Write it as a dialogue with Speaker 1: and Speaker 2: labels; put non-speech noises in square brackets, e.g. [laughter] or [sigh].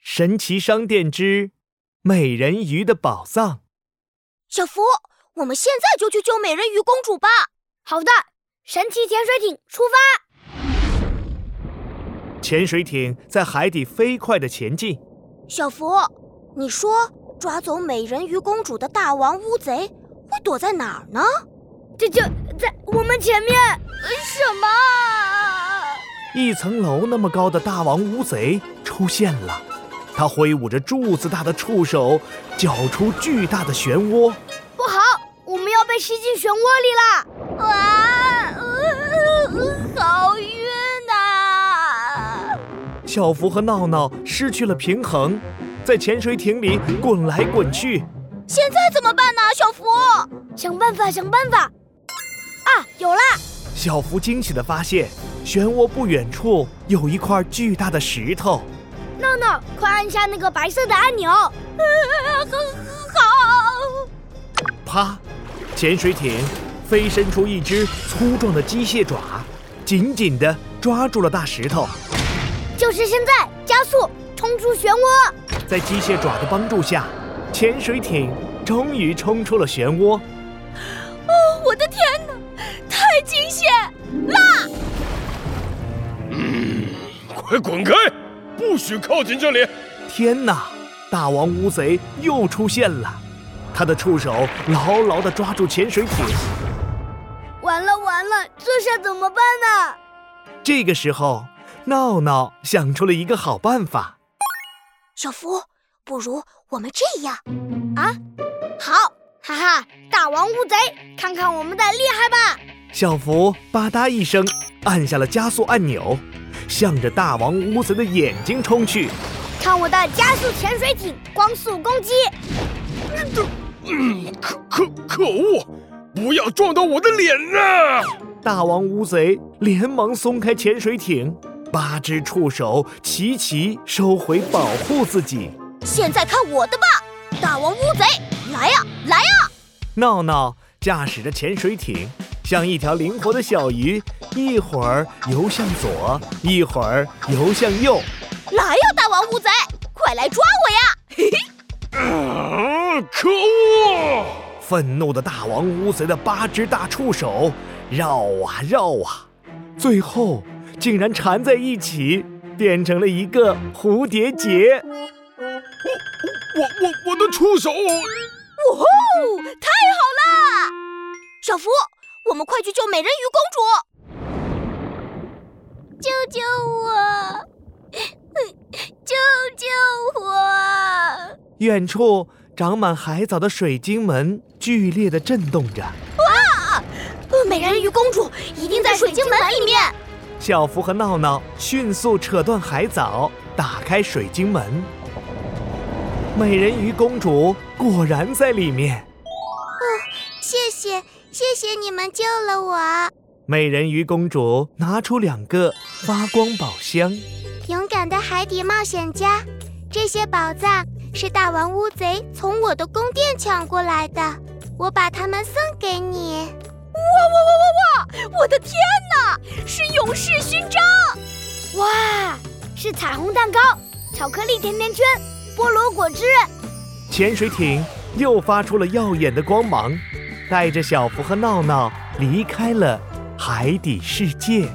Speaker 1: 神奇商店之美人鱼的宝藏。
Speaker 2: 小福，我们现在就去救美人鱼公主吧！
Speaker 3: 好的，神奇潜水艇出发。
Speaker 1: 潜水艇在海底飞快地前进。
Speaker 2: 小福，你说抓走美人鱼公主的大王乌贼会躲在哪儿呢？呃
Speaker 3: 这就在我们前面。什么啊？
Speaker 1: 一层楼那么高的大王乌贼出现了，它挥舞着柱子大的触手，搅出巨大的漩涡。
Speaker 3: 不好，我们要被吸进漩涡里啦！
Speaker 2: 哇，呃好晕呐、
Speaker 1: 小福和闹闹失去了平衡，在潜水艇里滚来滚去。
Speaker 2: 现在怎么办呢，小福？
Speaker 3: 想办法，想办法！啊，有啦！
Speaker 1: 小福惊喜地发现，漩涡不远处有一块巨大的石头。
Speaker 3: 闹闹，快按下那个白色的按
Speaker 2: [laughs]
Speaker 3: 钮。
Speaker 2: 好，
Speaker 1: 啪！潜水艇飞伸出一只粗壮的机械爪，紧紧地抓住了大石头。
Speaker 3: 就是现在，加速冲出漩涡！
Speaker 1: 在机械爪的帮助下，潜水艇终于冲出了漩涡。
Speaker 2: 哦，我的天哪，太惊险！
Speaker 4: 快滚开！不许靠近这里！
Speaker 1: 天哪！大王乌贼又出现了，他的触手牢牢地抓住潜水艇。
Speaker 3: 完了完了，这下怎么办啊呢？
Speaker 1: 这个时候，闹闹想出了一个好办法。
Speaker 2: 小福，不如我们这样，
Speaker 3: 啊好，哈哈，大王乌贼，看看我们的厉害吧！
Speaker 1: 小福吧嗒一声按下了加速按钮，向着大王乌贼的眼睛冲去。
Speaker 3: 看我的加速潜水艇光速攻击！
Speaker 4: 嗯，可可可恶！不要撞到我的脸呐、
Speaker 1: 大王乌贼连忙松开潜水艇，八只触手齐齐收回保护自己。
Speaker 2: 现在看我的吧，大王乌贼，来呀、来呀、
Speaker 1: 闹闹驾驶着潜水艇，像一条灵活的小鱼，一会儿游向左，一会儿游向右。
Speaker 2: 来呀、大王乌贼，快来抓我呀！
Speaker 4: 啊！可恶！
Speaker 1: 愤怒的大王乌贼的八只大触手绕啊绕啊，最后竟然缠在一起，变成了一个蝴蝶结。
Speaker 4: 我我我的触手！
Speaker 2: 哇哦，太好啦！小福，我们快去救美人鱼公主！救救我！救救我！
Speaker 1: 远处长满海藻的水晶门剧烈地震动着。
Speaker 2: 美人鱼公主一定在水晶门里面。
Speaker 1: 小福和闹闹迅速扯断海藻，打开水晶门。美人鱼公主果然在里面。
Speaker 2: 谢谢，谢谢你们救了我，啊
Speaker 1: 美人鱼公主拿出两个发光宝箱，
Speaker 2: 勇敢的海底冒险家。这些宝藏是大王乌贼从我的宫殿抢过来的，我把它们送给你。哇哇哇哇哇！我的天哪，是勇士勋章！
Speaker 3: 哇，是彩虹蛋糕、巧克力甜甜圈、菠萝果汁。
Speaker 1: 潜水艇又发出了耀眼的光芒，带着小福和闹闹离开了海底世界。